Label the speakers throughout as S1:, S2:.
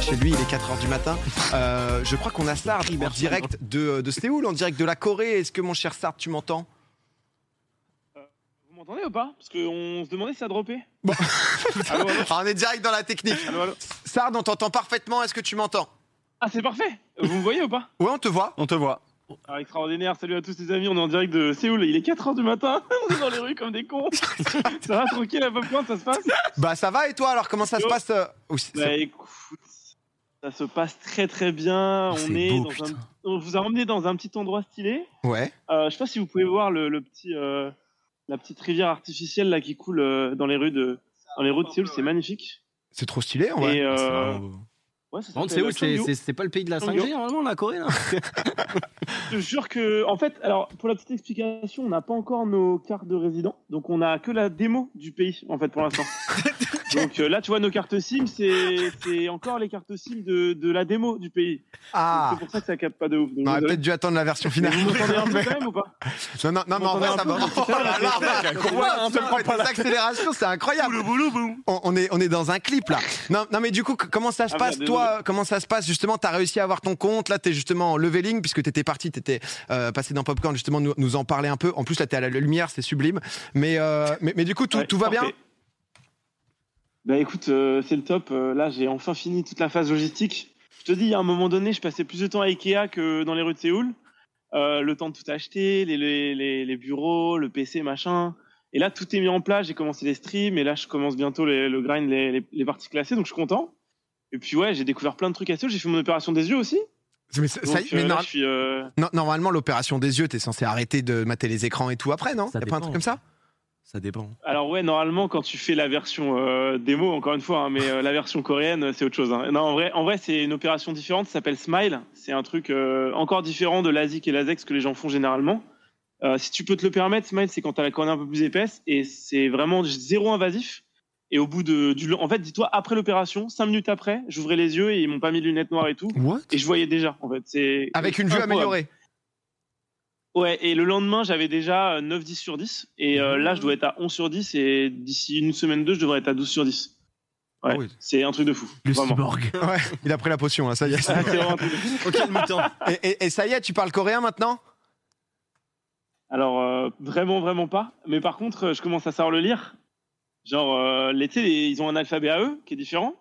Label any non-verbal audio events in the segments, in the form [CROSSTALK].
S1: chez lui, il est 4h du matin. Euh, je crois qu'on a Sard en direct de, de Séoul, en direct de la Corée. Est-ce que mon cher Sard, tu m'entends
S2: Vous m'entendez ou pas Parce qu'on se demandait si ça droppait. [LAUGHS] Allô, allô
S1: Ah, On est direct dans la technique.
S2: Allô, allô
S1: Sard, on t'entend parfaitement. Est-ce que tu m'entends
S2: Ah, c'est parfait Vous me voyez ou pas
S1: Ouais, on te voit.
S3: On te voit.
S2: Ah, Extraordinaire, salut à tous les amis, on est en direct de Séoul, il est 4h du matin, [LAUGHS] on est dans les rues comme des
S3: [LAUGHS]
S2: cons. ça va tranquille à Popcorn, ça se passe
S1: Bah, ça va et toi Alors, comment ça se
S2: Yo.
S1: passe euh, oh, c'est-
S2: Bah écoute, ça se passe très très bien, on
S3: Ah, c'est
S2: est
S3: beau,
S2: dans
S3: putain.
S2: un... On vous a emmené dans un petit endroit stylé.
S1: c'est- Ouais.
S2: Euh, je sais pas si vous pouvez voir le, le petit, euh, la petite rivière artificielle là qui coule euh, dans les rues de, dans les rues de Séoul, c'est magnifique.
S1: C'est trop stylé. Ouais.
S2: Et, euh,
S3: C'est vraiment beau.
S2: ouais, ça
S3: Par contre,
S2: s'appelle
S3: Séoul, c'est
S2: Chungju.
S3: c'est- c'est pas le pays de la
S2: Chungju.
S3: 5G, normalement, la Corée, là
S2: Je te jure que, en fait, alors pour la petite explication, on n'a pas encore nos cartes de résident, donc on n'a que la démo du pays en fait
S1: [LAUGHS]
S2: pour l'instant. donc euh, là, tu vois, nos cartes SIM, c'est c'est encore les cartes SIM de, de la démo du pays.
S1: Ah
S2: Donc, C'est pour ça que ça capte pas de ouf. Donc,
S1: On aurait
S2: désolé.
S1: peut-être dû attendre la version
S2: Mais
S1: finale.
S2: vous m'entendez un peu quand même ou pas
S1: Non, non, non, mais en vrai, ça va. Oh là là, on se prend pas la- accélérations, c'est incroyable. On, on est, on est dans un clip là. Non, non, mais du coup, c- comment ça se
S2: Ah,
S1: passe,
S2: merde,
S1: toi euh, Comment ça se passe justement T'as réussi à avoir ton compte Là, t'es justement en leveling puisque t'étais parti, t'étais euh, passé dans Popcorn justement nous, nous en parler un peu. En plus, là, t'es à la lumière, c'est sublime. Mais, euh, mais, mais du coup, tout,
S2: Ouais,
S1: tout va bien
S2: parfait. Bah écoute, euh, c'est le top. Euh, là, j'ai enfin fini toute la phase logistique. Je te dis, à un moment donné, je passais plus de temps à Ikea que dans les rues de Séoul. Euh, le temps de tout acheter, les, les, les, les bureaux, le PC, machin. Et là, tout est mis en place. J'ai commencé les streams et là, je commence bientôt les- le grind, les, les, les parties classées. Donc, je suis content. Et puis, ouais, j'ai découvert plein de trucs à Séoul. J'ai fait mon opération des yeux aussi.
S1: Mais ça-
S2: Donc,
S1: ça y est, mais
S2: euh,
S1: nor-
S2: là, je suis. euh,
S1: no- normalement, l'opération des yeux, t'es censé arrêter de mater les écrans et tout après, non
S3: Ça
S1: Y'a pas un truc
S3: dépend.
S1: comme ça
S3: Ça dépend.
S2: Alors ouais, normalement quand tu fais la version euh, démo, encore une fois, hein, mais euh, la version coréenne, euh, c'est autre chose. hein. Non, en vrai, en vrai, c'est une opération différente. Ça s'appelle Smile. C'est un truc euh, encore différent de l'ASIC et l'ASEX que les gens font généralement. Euh, si tu peux te le permettre, Smile, c'est quand t'as la cornée un peu plus épaisse et c'est vraiment zéro invasif. Et au bout de du, en fait, dis-toi après l'opération, cinq minutes après, j'ouvrais les yeux et ils m'ont pas mis de lunettes noires et tout.
S3: What
S2: Et je voyais déjà, en fait. C'est
S1: Avec une vue
S2: incroyable.
S1: améliorée.
S2: Ouais, et le lendemain, j'avais déjà euh, 9, 10 sur 10. Et euh, là, je dois être à 11 sur 10. Et d'ici une semaine, deux, je devrais être à 12 sur 10. Ouais,
S1: Ah oui.
S2: c'est un truc de fou.
S4: [LAUGHS]
S3: Le
S2: vraiment.
S3: cyborg.
S1: Ouais, il a pris la potion, là, ça y est.
S3: [LAUGHS]
S2: Ah, c'est vraiment un truc de fou.
S3: ok, le mouton.
S4: Ah.
S1: Et, et- et ça y est, tu parles coréen maintenant
S2: Alors, euh, vraiment, vraiment pas. Mais par contre, euh, je commence à savoir le lire. Genre, euh, les, tu sais, les- ils ont un alphabet à eux qui est différent.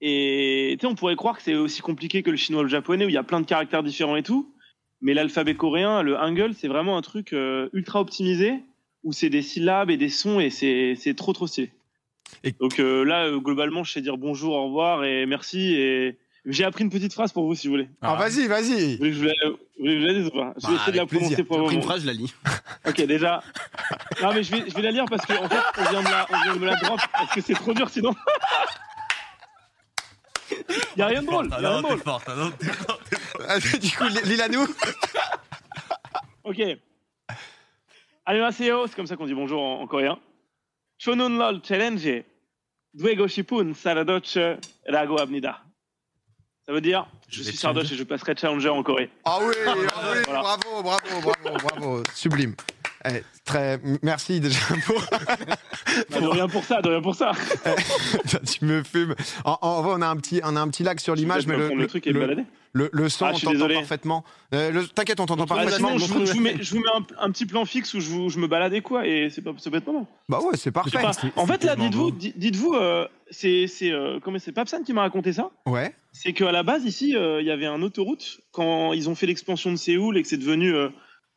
S2: Et tu sais, on pourrait croire que c'est aussi compliqué que le chinois ou le japonais où il y a plein de caractères différents et tout. Mais l'alphabet coréen, le Hangul, c'est vraiment un truc euh, ultra optimisé où c'est des syllabes et des sons et c'est c'est trop trop stylé.
S1: Et-
S2: Donc euh, là, euh, globalement, je sais dire bonjour, au revoir et merci. Et j'ai appris une petite phrase pour vous si vous voulez.
S1: Ah, vas-y, vas-y. [LAUGHS]
S2: Vous voulez que je vous la, vous voulez que je la dise ou pas Je vais
S3: Bah,
S2: essayer de la
S3: avec plaisir.
S2: prononcer pour
S3: Après
S2: vous.
S3: une phrase, je la lis.
S2: Ok, déjà. Non, mais je vais, je vais la lire parce qu'en en fait, on vient, de la, on vient de me la drop parce que c'est trop dur sinon. [LAUGHS] y a rien de
S4: Ah,
S2: drôle, y a rien de drôle.
S4: hein,
S1: du coup, lis à nous.
S2: Ok. 안녕하세요, E c'est comme ça qu'on dit bonjour en, en coréen. Shonon LOL Challenge. Dwego Shipun Saradoche Rago Abnida. Ça veut dire, je,
S3: vais
S2: suis
S3: te
S2: Sardoche et je passerai challenger en Corée.
S1: Ah oui, ah oui,
S2: Voilà.
S1: bravo, bravo, bravo, bravo, sublime. Eh, très, m- merci déjà [LAUGHS] pour.
S2: Bah, de rien pour ça, de rien pour ça.
S1: tu me fumes. En, en vrai, on a un petit, on a un petit lag sur l'image,
S2: Je vais
S1: mais le,
S2: prendre
S1: le,
S2: le truc et me
S1: le-
S2: balader.
S1: le- le son,
S2: Ah, je
S1: on
S2: suis
S1: t'entend
S2: désolé.
S1: parfaitement. Euh, le- T'inquiète, on t'entend
S2: Ah,
S1: parfaitement.
S2: sinon, je vous, je vous mets, je vous mets un, un petit plan fixe où je, vous- je me balade et quoi, et c'est pas, ça peut être pas mal.
S1: Bah ouais, c'est
S2: Je sais
S1: parfait.
S2: pas.
S3: c'est-
S2: en
S3: c'est
S2: fait, là,
S3: tellement
S2: dites-vous,
S3: beau.
S2: di- dites-vous, euh, c'est c'est, euh, comment c'est Papsan qui m'a raconté ça.
S1: Ouais.
S2: C'est qu'à la base ici, euh, il y avait un autoroute quand ils ont fait l'expansion de Séoul et que c'est devenu euh,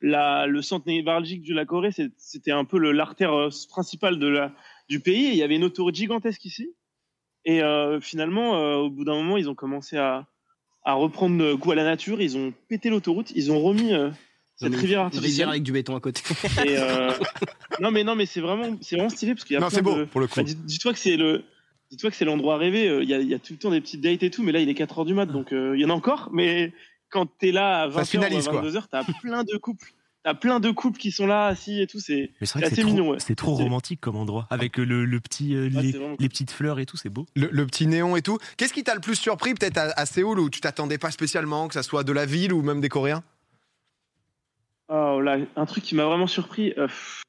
S2: la, le centre névralgique de la Corée. c'est- C'était un peu le- l'artère euh, principale de la, du pays. Et il y avait une autoroute gigantesque ici. Et euh, finalement, euh, au bout d'un moment, ils ont commencé à, à reprendre euh, goût à la nature. Ils ont pété l'autoroute. Ils ont remis euh,
S3: Ils ont
S2: cette rivière
S3: mis Une rivière
S2: artificielle.
S3: avec du béton à côté.
S2: Et, euh, non mais non mais c'est vraiment c'est vraiment stylé parce qu'il y a
S1: Non,
S2: plein
S1: c'est beau
S2: de-
S1: pour le coup.
S2: Bah, dis- Dis-toi que c'est le. Dis-toi que c'est l'endroit rêvé. Euh, Il y, a, il y a tout le temps des petites dates et tout, mais là il est 4 heures du mat, donc euh, il y en a encore. Mais quand t'es là à
S1: Ça se
S2: 20h
S1: finalise,
S2: ou
S1: quoi.
S2: à 22h, t'as plein de couples. T'as plein de couples qui sont là assis et tout. C'est
S4: [LAUGHS] Mais c'est vrai
S2: C'est
S4: que c'est
S2: assez
S4: trop,
S2: mignon, ouais.
S4: c'est trop
S2: C'est-
S4: romantique comme endroit. Avec euh, le, le petit, euh,
S2: Ouais,
S4: les,
S2: c'est vraiment
S4: les petites fleurs et tout, c'est beau.
S1: Le, le petit néon et tout. Qu'est-ce qui t'a le plus surpris peut-être à, à Séoul où tu t'attendais pas spécialement, que ça soit de la ville ou même des Coréens
S2: oh là un truc qui m'a vraiment surpris. euh, pff.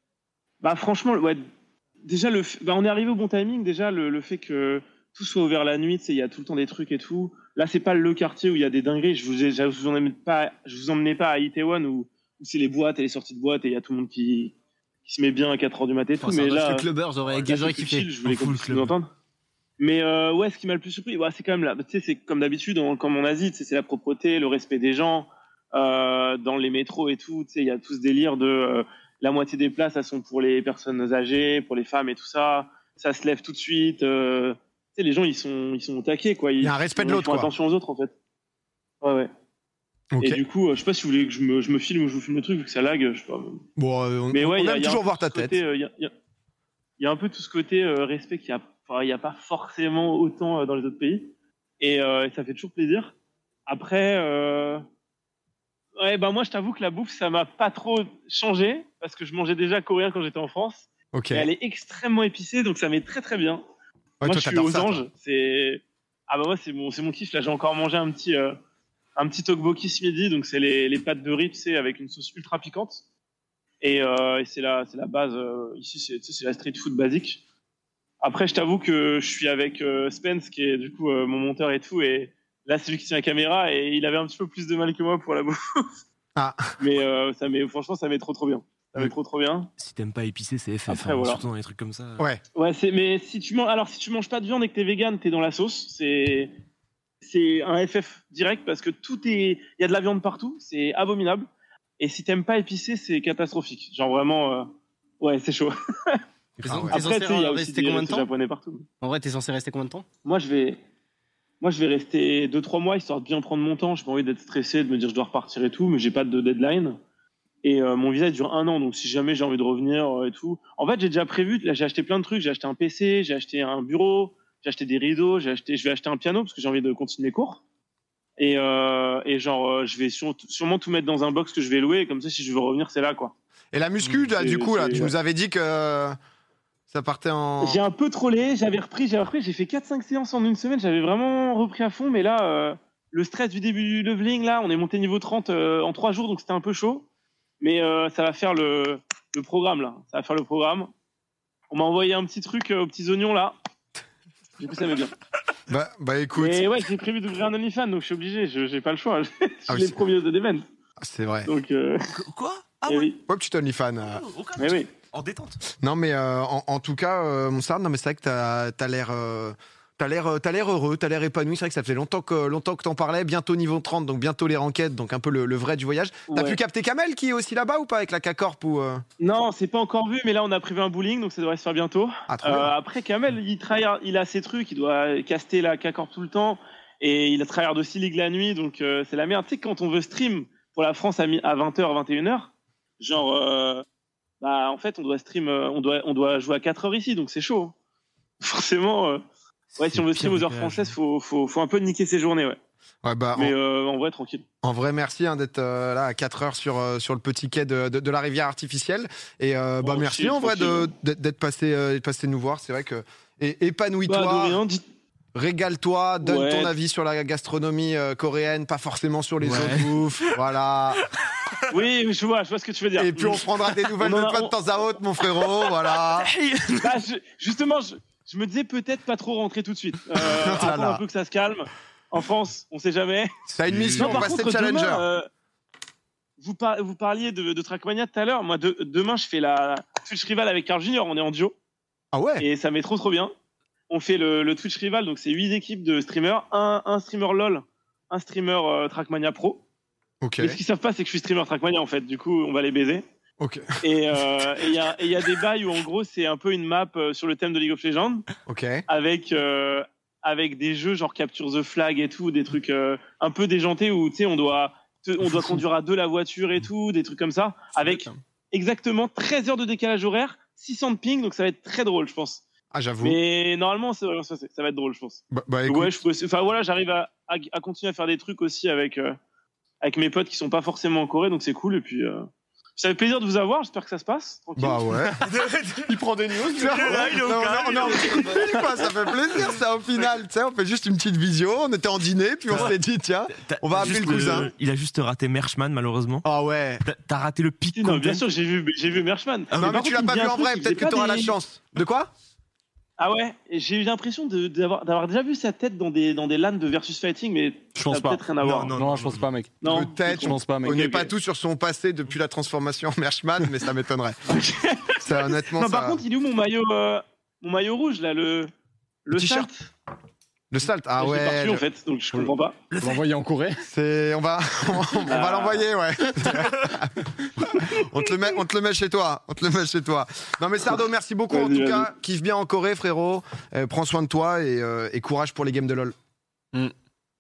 S2: bah franchement, ouais. Déjà le. f- Bah, on est arrivé au bon timing. Déjà le, le fait que tout soit ouvert la nuit, tu sais, il y a tout le temps des trucs et tout. Là, c'est pas le quartier où il y a des dingueries. Je vous, ai- je vous emmenais pas, je vous emmenais pas à Itaewon où, où c'est les boîtes et les sorties de boîtes et il y a tout le monde qui, qui se met bien à 4h du matin et tout. mais là,
S3: le clubbers aurait
S2: Là,
S3: déjà
S2: c'est plus
S3: kiffé.
S2: chill, Je voulais
S3: On fout
S2: qu'on
S3: le
S2: puisse
S3: club.
S2: nous entendre. Mais euh, ouais, ce qui m'a le plus surpris, ouais, c'est quand même là. Tu sais, c'est comme d'habitude, en- comme en Asie, tu sais, c'est la propreté, le respect des gens euh, dans les métros et tout. Tu sais, il y a tout ce délire de euh, la moitié des places, elles sont pour les personnes âgées, pour les femmes et tout ça. Ça se lève tout de suite. euh, tu sais, les gens, ils sont, ils sont au taquet, quoi. Ils,
S1: Il y a un respect de
S2: ils
S1: l'autre,
S2: font
S1: quoi.
S2: attention aux autres, en fait. Ouais, ouais.
S1: Ok.
S2: Et du coup, euh, je sais pas si vous voulez que je me, je me filme ou je vous filme le truc, vu que ça lag, je sais pas.
S1: Bon, euh, on,
S2: Mais ouais,
S1: on
S2: y a-
S1: aime
S2: y a un
S1: toujours
S2: peu
S1: voir ta
S2: ce
S1: tête.
S2: côté, euh, y a- y a- Il y a un peu tout ce côté euh, respect qu'il n'y a, enfin, il y a pas forcément autant euh, dans les autres pays. Et euh, ça fait toujours plaisir. Après, euh, ouais, bah moi, je t'avoue que la bouffe, ça m'a pas trop changé parce que je mangeais déjà coréen quand j'étais en France.
S1: Ok.
S2: Et elle est extrêmement épicée, donc ça m'est très très bien.
S1: Ouais,
S2: moi,
S1: toi,
S2: je suis
S1: t'adores
S2: aux
S1: ça, toi.
S2: anges. C'est ah bah moi, c'est mon, c'est mon kiff. Là, j'ai encore mangé un petit, euh, un petit tteokbokki ce midi. Donc c'est les, les pâtes de riz, tu sais, avec une sauce ultra piquante. Et, euh, et c'est la, c'est la base. euh, ici, c'est, tu sais, c'est la street food basique. Après, je t'avoue que je suis avec euh, Spence, qui est du coup euh, mon monteur et tout. Et là, c'est lui qui tient la caméra. Et il avait un petit peu plus de mal que moi pour la bouffe.
S1: Ah.
S2: [LAUGHS] Mais euh, ça m'est, franchement, ça m'est trop trop bien. Ça m'est
S4: Oui.
S2: trop trop bien.
S4: Si t'aimes pas épicé, c'est FF.
S2: Après,
S4: hein,
S2: voilà.
S4: Surtout dans les trucs comme ça.
S1: Ouais.
S2: Ouais, c'est mais si tu manges alors si tu manges pas de viande et que t'es vegan, t'es dans la sauce. C'est c'est un FF direct parce que tout est il y a de la viande partout, c'est abominable. Et si t'aimes pas épicé, c'est catastrophique. Genre vraiment euh, ouais, c'est chaud.
S3: T'es
S1: Ah ouais.
S3: t'es
S2: Après
S3: censé
S2: tu sais, il y a aussi
S3: rester
S2: des
S3: combien de
S2: restes
S3: temps
S2: japonais partout.
S3: En vrai, t'es censé rester combien de temps
S2: Moi je vais moi je vais rester 2 3 mois histoire de bien prendre mon temps, j'ai pas envie d'être stressé, de me dire je dois repartir et tout, mais j'ai pas de deadline. Et euh, mon visa il dure un an, donc si jamais j'ai envie de revenir euh, et tout. En fait, j'ai déjà prévu, là j'ai acheté plein de trucs, j'ai acheté un PC, j'ai acheté un bureau, j'ai acheté des rideaux, j'ai acheté, je vais acheter un piano parce que j'ai envie de continuer mes cours. Et, euh, et genre, euh, je vais sur- sûrement tout mettre dans un box que je vais louer, et comme ça, si je veux revenir, c'est là quoi.
S1: Et la muscu,
S2: Mm,
S1: là,
S2: c'est-
S1: du coup, là,
S2: c'est-
S1: tu
S2: ouais.
S1: nous avais dit que ça partait en.
S2: J'ai un peu trollé, j'avais repris, j'avais repris, j'ai fait 4-5 séances en une semaine, j'avais vraiment repris à fond, mais là, euh, le stress du début du leveling, là, on est monté niveau 30 euh, en 3 jours, donc c'était un peu chaud. Mais euh, ça va faire le, le programme, là. Ça va faire le programme. On m'a envoyé un petit truc euh, aux petits oignons, là. Du coup, ça m'est bien.
S1: Bah, bah, écoute,
S2: Mais ouais, j'ai prévu d'ouvrir un OnlyFans, donc je suis obligé, je- j'ai pas le choix. [LAUGHS] Je
S1: Ah oui,
S2: suis les
S1: c'est-
S2: premiers de l'event.
S1: ah, c'est vrai.
S2: Donc, euh,
S4: Qu- Quoi Ah
S2: eh
S4: ouais
S2: oui.
S1: Ouais, petit OnlyFan. euh.
S4: oh, au calme.
S2: Mais oui.
S4: En détente.
S1: Non, mais euh, en, en tout cas, euh, Monsard, non, mais c'est vrai que t'as as, l'air. euh, T'as l'air, euh, t'as l'air heureux, t'as l'air épanoui. C'est vrai que ça faisait longtemps que, longtemps que t'en parlais. Bientôt niveau 30, donc bientôt les renquêtes, donc un peu le, le vrai du voyage. T'as
S2: Ouais.
S1: pu capter Kamel qui est aussi là-bas ou pas avec la K-Corp ou. euh,
S2: Non, c'est pas encore vu, mais là, on a prévu un bowling, donc ça devrait se faire bientôt.
S1: Ah, trop
S2: Euh,
S1: bien.
S2: après, Kamel, il, tryhard- il a ses trucs, il doit caster la K-Corp tout le temps, et il a tryhard aussi League la nuit, donc euh, c'est la merde. Tu sais, quand on veut stream pour la France à, 20h, 21h, genre, euh, bah, en fait, on doit stream, euh, on, doit, on doit jouer à 4h ici, donc c'est chaud. hein. [LAUGHS] Forcément, euh, ouais, si on veut stream aux heures françaises, faut, faut, faut un peu niquer ses journées, ouais.
S1: Ouais, bah, en-
S2: Mais euh, en vrai, tranquille.
S1: En vrai, merci hein, d'être euh, là à 4 heures sur, euh, sur le petit quai de, de- de la rivière artificielle. Et euh, bah,
S2: Tranquille,
S1: merci en vrai de-
S2: tranquille.
S1: de- d'être passé, euh, d'être passé nous voir. C'est vrai que. Et épanouis-toi,
S2: Bah, de rien, dites-
S1: régale-toi, donne
S2: Ouais.
S1: ton avis sur la gastronomie euh, coréenne, pas forcément sur les
S4: Ouais.
S1: autres bouffes.
S2: [LAUGHS]
S1: voilà.
S2: [LAUGHS] Oui, je vois, je vois ce que tu veux dire. Mm.
S1: Et puis on prendra des nouvelles
S2: On en
S1: de
S2: a-
S1: toi de
S2: on-
S1: temps à autre, mon frérot.
S2: [LAUGHS]
S1: voilà.
S2: Bah, je- justement, je, je me disais peut-être pas trop rentrer tout de suite.
S1: [LAUGHS]
S2: Euh,
S1: Oh là
S2: attendre
S1: là.
S2: un peu que ça se calme. En France, on sait jamais.
S1: C'est une
S4: Non,
S1: mission,
S2: Non, par
S1: passer
S2: contre,
S1: challenger.
S2: demain, euh, vous, par- vous parliez de, de Trackmania tout à l'heure. Moi, de- demain, je fais la Twitch Rival avec Carl Junior. On est en duo.
S1: Ah ouais.
S2: Et ça met trop trop bien. On fait le, le Twitch Rival, donc c'est 8 équipes de streamers. Un, un streamer LOL, un streamer euh, Trackmania Pro.
S1: Ok.
S2: Mais ce qu'ils savent pas, c'est que je suis streamer Trackmania en fait. Du coup, on va les baiser.
S1: Ok.
S2: Et euh, et il y, a- et il y a des bails où en gros, c'est un peu une map euh, sur le thème de League of Legends
S1: Ok.
S2: avec euh, avec des jeux genre capture the flag et tout, des trucs euh, un peu déjantés où tu sais on doit te- on doit conduire à deux la voiture et tout, des trucs comme ça, avec exactement 13 heures de décalage horaire, 600 de ping, donc ça va être très drôle, je pense.
S1: Ah j'avoue.
S2: Mais normalement ça, va- ça, ça va être drôle, je pense.
S1: Bah, bah,
S2: Donc
S1: écoute,
S2: ouais, je peux- enfin voilà, j'arrive à, à, à continuer à faire des trucs aussi avec euh, avec mes potes qui sont pas forcément en Corée, donc c'est cool. Et puis euh, ça fait plaisir de vous avoir, j'espère que ça se passe. tranquille.
S1: Bah ouais. il prend des news.
S4: là, il est au calme,
S1: on est en pile, quoi. Ça fait plaisir, ça, au final. Tu sais, on fait juste une petite visio. On était en dîner, puis on s'est dit, tiens.
S4: T'as-
S1: On va
S4: t'as
S1: appeler
S4: juste euh,
S1: le cousin.
S4: Il a juste raté Merchman, malheureusement.
S1: Ah ouais.
S4: T'as- T'as raté le pic.
S2: Non, bien
S4: content.
S2: sûr, j'ai vu, j'ai vu Merchman.
S4: Ah,
S1: non,
S2: par
S1: mais tu
S2: contre,
S1: l'as
S2: il me
S1: pas
S2: dit
S1: vu
S2: un
S1: en
S2: truc,
S1: vrai.
S2: j'ai
S1: Peut-être que
S2: pas
S1: t'auras
S2: des-
S1: la chance. De quoi
S2: Ah ouais, et j'ai eu l'impression de- d'avoir d'avoir déjà vu sa tête dans des, dans des LAN de versus fighting, mais
S5: Je
S2: ça
S5: pense
S2: n'a
S5: pas.
S2: peut-être rien à voir.
S4: Non,
S5: Non,
S4: non,
S5: je pense pas, mec.
S2: Non,
S1: Peut-être,
S5: Je pense pas,
S1: On
S5: mec.
S2: Ok,
S1: n'est
S2: ok.
S1: pas tout sur son passé depuis la transformation en Merchman, mais ça m'étonnerait. ça, honnêtement,
S2: Non, par
S1: ça-
S2: contre, il est où mon maillot, euh, mon maillot rouge là, le le
S1: t-shirt.
S2: shirt
S1: le salt. Ah
S2: Je l'ai pas
S1: ouais.
S2: reçu, en fait, donc je comprends pas.
S5: On l'envoyait en Corée.
S1: C'est, on va, [LAUGHS] on, va
S2: Ah.
S1: l'envoyer, ouais. [LAUGHS] on te le met, on te le met chez toi, on te le met chez toi. Non mais Sardo, merci beaucoup en
S2: Vas-y,
S1: tout
S2: vas-y.
S1: cas. Kiffe bien en Corée, frérot. Euh, prends soin de toi et, euh, et courage pour les games de lol.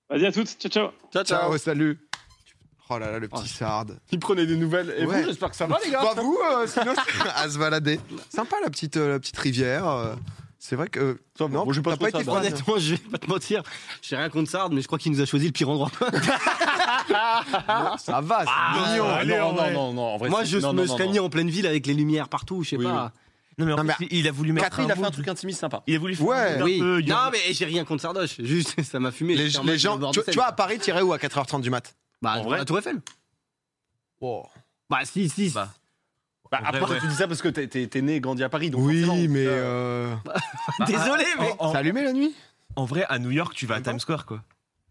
S2: Vas-y à toutes, ciao ciao.
S1: Ciao, salut. Oh là là, le petit Sard.
S5: Ils prenaient des nouvelles. Et
S1: Ouais.
S5: vous, j'espère que ça va, les gars.
S1: Pas vous, euh, sinon [LAUGHS] c'est- à se balader. Sympa la petite, euh, la petite rivière. euh. C'est vrai que euh,
S5: Ça va.
S1: non,
S5: Moi, j'ai pas
S1: t'as
S5: trop
S1: pas été
S5: ça,
S1: fan.
S3: Honnêtement, je vais pas te mentir, je sais rien contre Sard, mais je crois qu'il nous a choisi le pire endroit.
S1: ça va, c'est mignon.
S5: Ah,
S4: Allez, en
S5: non, non,
S4: vrai.
S5: non, non, en vrai,
S3: Moi,
S5: c'est-
S3: je
S5: non,
S3: me
S5: non, non,
S3: serais
S5: non.
S3: mis en pleine ville avec les lumières partout, je sais
S5: Oui,
S3: pas.
S4: Non, mais en
S1: Non,
S4: fait, il a voulu mettre.
S5: Après, il a fait un
S4: mood.
S5: truc intimiste sympa.
S4: Il a voulu faire
S1: Ouais.
S4: un mood un
S3: Oui.
S4: peu
S3: non,
S4: Young.
S3: mais j'ai rien contre Sardoche. [LAUGHS] Juste, ça m'a fumé.
S1: Les,
S3: J'étais en
S1: les
S3: mode
S1: gens,
S3: au bord
S1: tu,
S3: de scène.
S1: tu vois, à Paris, t'irais où à 4h30 du mat
S3: Bah,
S4: En vrai.
S3: à Tour Eiffel. Bah, si, si.
S4: Bah.
S5: Bah,
S4: En vrai,
S5: après,
S4: ouais.
S5: tu dis ça parce que t'es- t'es t'es né et grandi à Paris. donc forcément,
S1: euh,
S5: euh,
S3: [LAUGHS] Désolé, mec.
S4: En, en-
S1: ça allumait la nuit
S4: en vrai, à New York, tu vas à
S1: Attends.
S4: Times Square, quoi.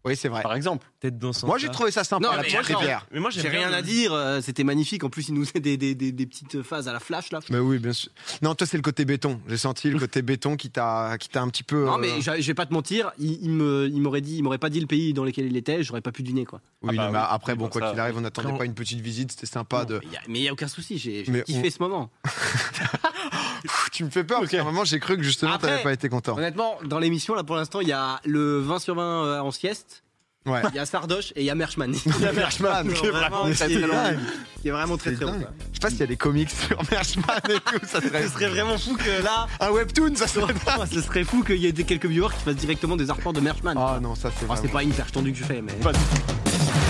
S1: Oui, c'est vrai.
S5: Par exemple.
S4: Peut-être dans ce
S1: Moi,
S4: sens-là.
S1: j'ai trouvé ça sympa,
S3: Non,
S1: la
S3: mais
S1: petite
S3: attends.
S1: rivière.
S4: Mais moi, j'aime
S3: J'ai
S4: bien
S3: rien
S4: le-
S3: à dire, euh, c'était magnifique. En plus, il nous faisait des, des, des, des petites phases à la flash là.
S1: Mais oui, bien sûr. Non, toi, c'est le côté béton. J'ai senti le côté béton qui t'a qui t'a un petit peu.
S3: Non,
S1: euh,
S3: mais j'a- je vais pas te mentir, il, il me- il m'aurait dit, il m'aurait pas dit le pays dans lequel il était, j'aurais pas pu dîner quoi.
S1: oui,
S5: Ah bah
S1: non, mais
S5: oui.
S1: après,
S5: Oui,
S1: bon,
S5: bon,
S1: quoi
S5: ça-
S1: qu'il arrive, on n'attendait
S4: Après, on-
S1: pas une petite visite, c'était sympa de.
S3: Mais y a- Mais il y a aucun souci, j'ai
S1: Mais
S3: j'ai kiffé ce moment.
S1: Pff, tu me fais peur,
S5: Ok.
S1: parce qu'à un moment, j'ai cru que justement,
S3: Après-
S1: t'avais pas été content.
S3: Honnêtement, dans l'émission là pour l'instant, il y a le 20 sur 20 euh, en sieste, [LAUGHS]
S1: Ouais.
S3: il y a Sardoche et il y
S1: [LAUGHS]
S3: a Merchman.
S1: y a Merchman, qui est
S3: Vraiment,
S1: vraiment
S3: qui
S1: très
S3: est
S1: dingue.
S3: qui est vraiment très
S1: C'est
S3: très bon.
S1: dingue.
S3: quoi.
S1: Je sais pas s'il y a des comics sur Merchman et tout, ça serait.
S3: Ce serait vraiment fou que là,
S1: Un webtoon, ça
S3: [LAUGHS]
S1: serait.
S3: ce serait fou qu'il y ait des- quelques viewers qui fassent directement des arpents de Merchman.
S1: Ah non, ça c'est
S3: Oh,
S1: vraiment-
S3: c'est pas une perche tendue que je fais, mais.
S5: Pas-